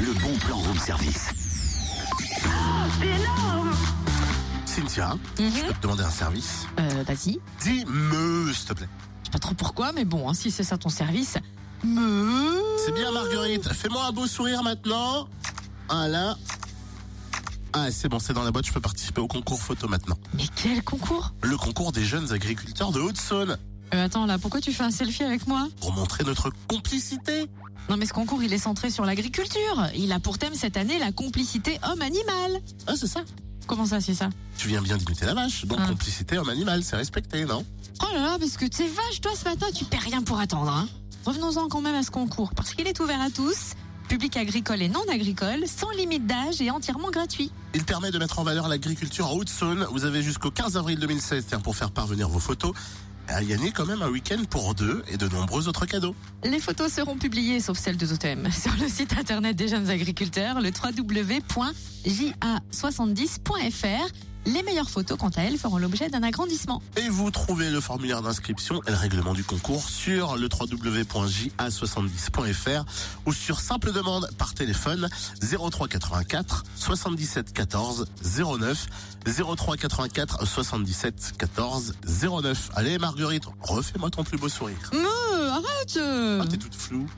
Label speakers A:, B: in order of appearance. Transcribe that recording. A: le bon plan room service.
B: Cynthia, je
C: Mm-hmm.
B: peux te demander un service
C: Euh, vas-y.
B: Dis-me, s'il te plaît.
C: Je sais pas trop pourquoi, mais bon, hein, si c'est ça ton service. Me.
B: C'est bien, Marguerite. Fais-moi un beau sourire maintenant. Voilà. Ah, c'est bon, c'est dans la boîte. Je peux participer au concours photo maintenant.
C: Mais quel concours
B: Le concours des jeunes agriculteurs de Haute-Saône
C: Euh, Attends, là, pourquoi tu fais un selfie avec moi
B: pour montrer notre complicité.
C: Non, mais ce concours, il est centré sur l'agriculture. Il a pour thème cette année la complicité homme-animal.
B: Ah, c'est ça.
C: Comment ça, c'est ça
B: Tu viens bien d'imiter la vache. Donc,
C: Ah.
B: complicité homme-animal, c'est respecté, non
C: Oh là là, parce que t'es vache, toi, ce matin, tu perds rien pour attendre. Hein. Revenons-en quand même à ce concours, parce qu'il est ouvert à tous, public agricole et non agricole, sans limite d'âge et entièrement gratuit.
B: Il permet de mettre en valeur l'agriculture en Haute-Saône. Vous avez jusqu'au 15 avril 2016 tiens, pour faire parvenir vos photos. À gagner quand même un week-end pour deux et de nombreux autres cadeaux.
C: Les photos seront publiées, sauf celles de Totem, sur le site internet des jeunes agriculteurs, le www.ja70.fr. Les meilleures photos, quant à elles, feront l'objet d'un agrandissement.
B: Et vous trouvez le formulaire d'inscription et le règlement du concours sur le www.ja70.fr ou sur simple demande par téléphone 03 84 77 14 09 03 84 77 14 09. Allez Marguerite, refais-moi ton plus beau sourire.
C: Mais arrête Oh,
B: Ah, t'es toute floue.